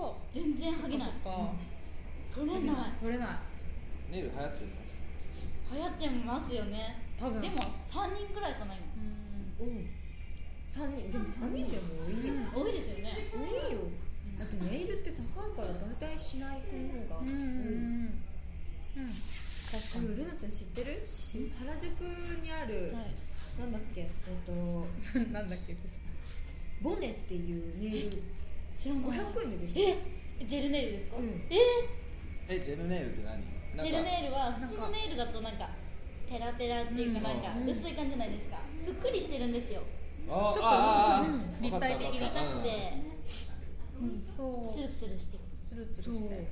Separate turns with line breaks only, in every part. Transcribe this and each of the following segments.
然剥げない
そっか
取れない
取れない
ネイル流行ってるじ
流行ってますよね
多分
でも3人ぐらいかな今
うん
おう3人でも3人でも
多
多いよ
いですよね
多いよだってネイルって高いから大体しない子の方が
う
多
ん
い
うんうんうん確か
あ
に
のルナちゃん知ってるし原宿にある、なんだっけえっと
なん だっけ私
ボネっていうネイル
知らない
500円でできる
えジェルネイルですか、
うん
え
ゃんえジェルネイルって何なんか
ジェルネイルは普通
な
の
んか
ネイルだとなんかペラペラっていうかなんか
うん
薄い感じじゃないですかふっくりしてるんですよ
あ
ち
ー
ょっと
あーあ
う
ー
ん
わかった
立体的に
わ
痛
かった
くて
そう
ツルツルしてる
つるつ
そ
る
う
して
うん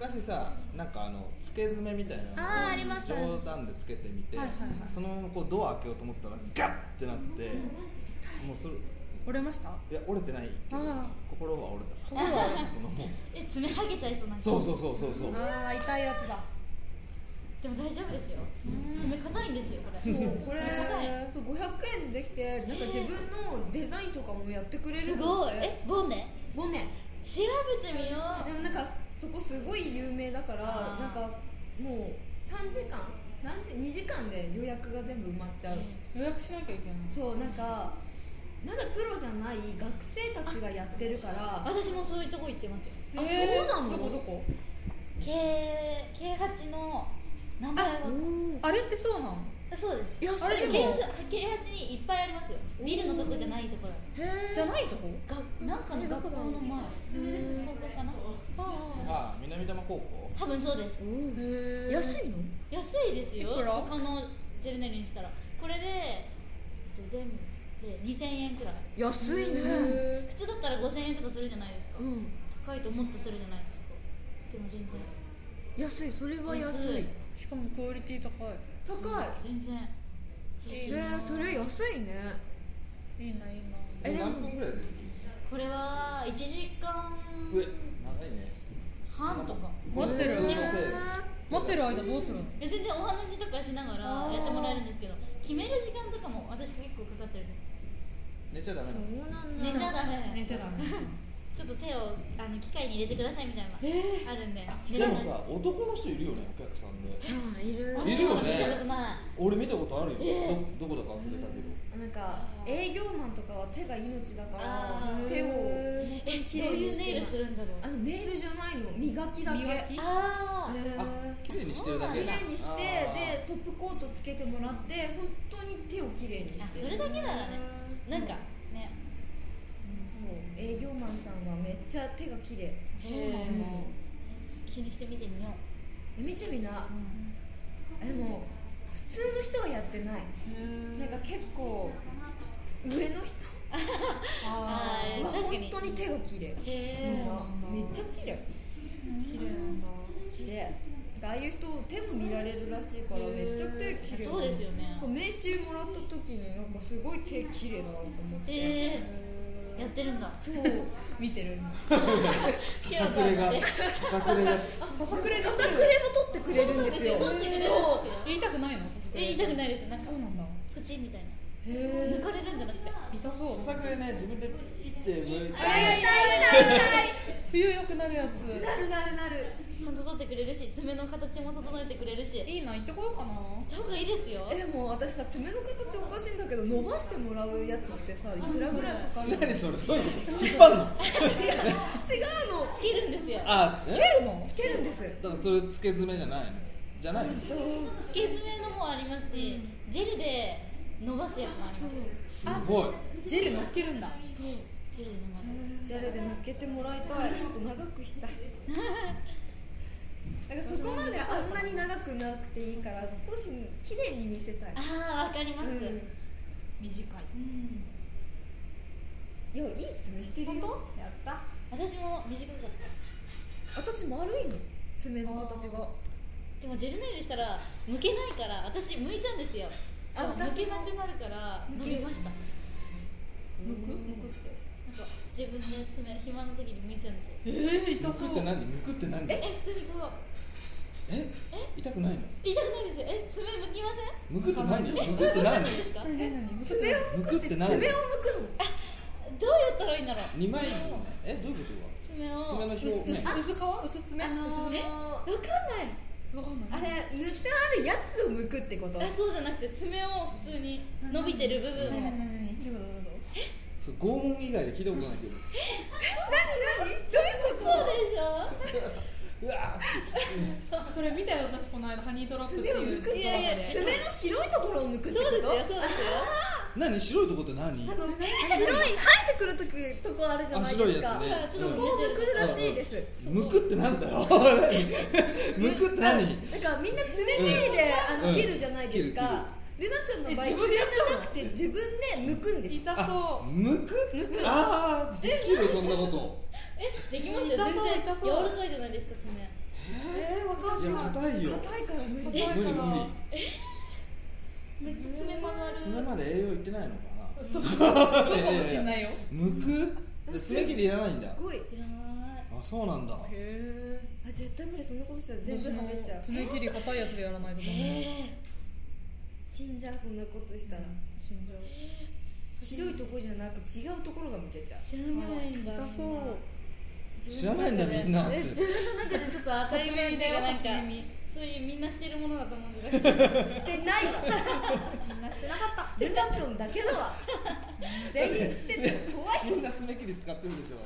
昔さなんかあの付け爪みたいなの
あーありました
冗談でつけてみて、
はいはいはい
そのままこうドア開けようと思ったらガッってなって、もうそれい
折れました
や折れてないけど
あ
心は折れた
心は
そのもう
え爪はげちゃいそうなんか
そうそうそうそうそう
ああ痛いやつだ
でも大丈夫ですよ爪硬いんですよこれ
そうこれ
爪硬い
そう500円できてなんか自分のデザインとかもやってくれる
す
の
ご
っ
い
て
えボンネ
ボネ
調べてみよ
で
う
もなんかそこすごい有名だから
あー
なんかもう3時間何時2時間で予約が全部埋まっちゃう、
予約しなきゃいけない
そうなんかまだプロじゃない学生たちがやってるからあ
私もそういうとこ行ってますよ
へー
そうなの
どこどこ
K- K8 の名前は
あれってそうなの
そうです
いや
あれでも
K8, K8 にいっぱいありますよビルのとこじゃないところ
じゃないとこ
がなんかの学校の前高校かな
ああ南玉高校
多分そうです
へ
安いの
安いですよ
いくら
他のジェルネイルにしたらこれでえっと全部で2000円くらい
安いね
へ
普通だったら5000円とかするじゃないですか
うん
高いともっとするじゃないですかでも全然
安いそれは安い
ーしかもクオリティ高い
高い
全然
え
いい
平気
ー、それ安いね
いいないいな
えでも
何分ぐらいででき
これは1時間
る上長いね
半とか
待ってる
えー
待ってる間どうするの
え全然お話とかしなが
あ
ら
ー
やってもらえるんですけど決める時間とかも私結構かかってるんです
寝ちゃダメな
そ
の
うなんだ
寝ちゃダメ
寝ちゃ ダメ
ちょっと手をあの機械に入れてくださいみたいな
え
あるんで寝れ
でも
ない
さ男の人いるよねお客さんで
あーいる
私
いるよね
見たことない
俺見たことあるよ、
え
どどこだか忘れたけど
なんか営業マンとかは手が命だか
あ
ら
ー
手を本当
え
に
ど
綺
う
麗
い
に
う
して
ネイルす
る
るんだろう
あのネイルじゃないの磨きだけ
磨き
あー
へー
あ綺麗にしてるだけ
綺麗にしてでトップコートつけてもらって本当に手を綺麗にして
あそれだけならねなんかね
そう営業マンさんはめっちゃ手が綺麗
そうなんだ
気にして見てみよ
見てみな
う、うん
あでも普通の人はやってないなんか結構上の人
あ
あー
は
確かに
本当に手が綺麗
へ
そ
え
ん
う
な
なんだ
めっちゃ綺麗
綺麗なんだ
綺麗ああいう人手も見られるらしいからめっちゃ手綺麗
そうですよね
こう名刺もらった時になんかすごい手綺麗だなと思っ
へ
て、
えやってるんだ
そう
見てる
ささくれがささくれが
ささくれ
さ
さ
さ
さ
く
く
れ
れ
も取ってくれるんです
そ
よ
うなんですよ
そう
言いたくないのささく
え
れ
言いたくないいですなんか
そうなんだ
プチみたいな
へ
抜
え
かれるんじゃなくて
痛そう
ささくれね自分でピーって向いて
冬良くなるやつ
なるなるなる
ちゃんと取ってくれるし爪の形も整えてくれるし行
いいな行ってこようかな
った方がいいですよ
えでも私さ爪の形おかしいんだけど伸ばしてもらうやつってさいくらぐらいかかるの
何それどういうこと引っ張るの
違うの
つけるんですよ
あ
つ
つ
けるの
つけるんです
だからそれつけ爪じゃないのじゃないの
と
つけ爪のもありますしジェルで伸ばすやつもあります
そう
すごい
ジェル乗っけるんだ
そう
ジェルで伸ばす
ジャルで乗っけてもらいたいちょっと長くしたい だからそこまであんなに長くなくていいから少し綺麗に見せたい
ああわかります
うん
短い
うん
いやいい爪してるよ
やった
私も短かった
私丸いの爪の形が
でもジェルネイルしたら向けないから私向いちゃうんですよ
あ
向
私
けなくなるから
向
向
け
けましたなん
むく
うん
むくって
か自分で爪暇の時に向いちゃうんですよ
えー、
む
痛
く
そう
って何むくって何
え
え
普通にこう
痛くないの
痛くないですよえ爪向きません
むくって何
え
むくって何
どうしたんですか
何何むくって
爪をむく
む
っ
くってて
爪
ない
をむくの
どうやったらいいんだろう
二枚ずつねえどういうこと
爪爪を
爪の
わ
表
薄
面
薄薄皮薄爪、
あの
薄爪
ー
かんない
わかん
あ
ない
れ塗ってあるやつを剥くってこと
あそうじゃなくて爪を普通に伸びてる部分を
何何何何
どうぞどうぞ
そう拷問以外で聞いたことないけど
何どういうこ
そうでしょ
うわーって
それ見たよ私この間ハニートラッ
と
プって
爪を
い
剥
う
くってこと
いやいや
爪の白いところを剥くってこ
そうです
と
よそうですよ
何白いとこって何
あの白い生えてくるときとこあるじゃないですか、
あ白いや
つね
そこを剥くらしいです、
むくってなんだよむくって何
だからみんな爪切りで、
うんう
あの
ん
切るじゃないですか、ルナちゃんの場合
え自
爪
分で
じ
やっちゃうの
ゃなくて自分で剥くんです
痛そう
むくああできるそんなこと
えできますよ全
痛そう
然
痛そう
柔らかいじゃないですか爪
えー、わかん
私
ない
は
硬いよ
硬いから無理
無
え
理無理
めっちゃ爪曲がる
爪まで栄養いってないのかな
そうそうかもしんないよ
むく爪切りいらないんだ
すごい
いらない
あそうなんだ
へえ
あ絶対無理そんなことしたら全部
私
剥け
も
ちゃう
爪切り硬いやつでやらないとダメ
え
死んじゃうそんなことしたら
死んじゃう
白いとこじゃなく違うところが剥けちゃう
ー、知らないんだ
痛そう
知らないんだみんなって
え自分の中でちょっと当たり
初
前
耳だよ
なん
初
か
耳
そういうみんなしてるものだと思うんですけど
してない わ
みんなしてなかった
ルナピョンだけだわ全員してて怖い
みんな爪切り使ってるでしょ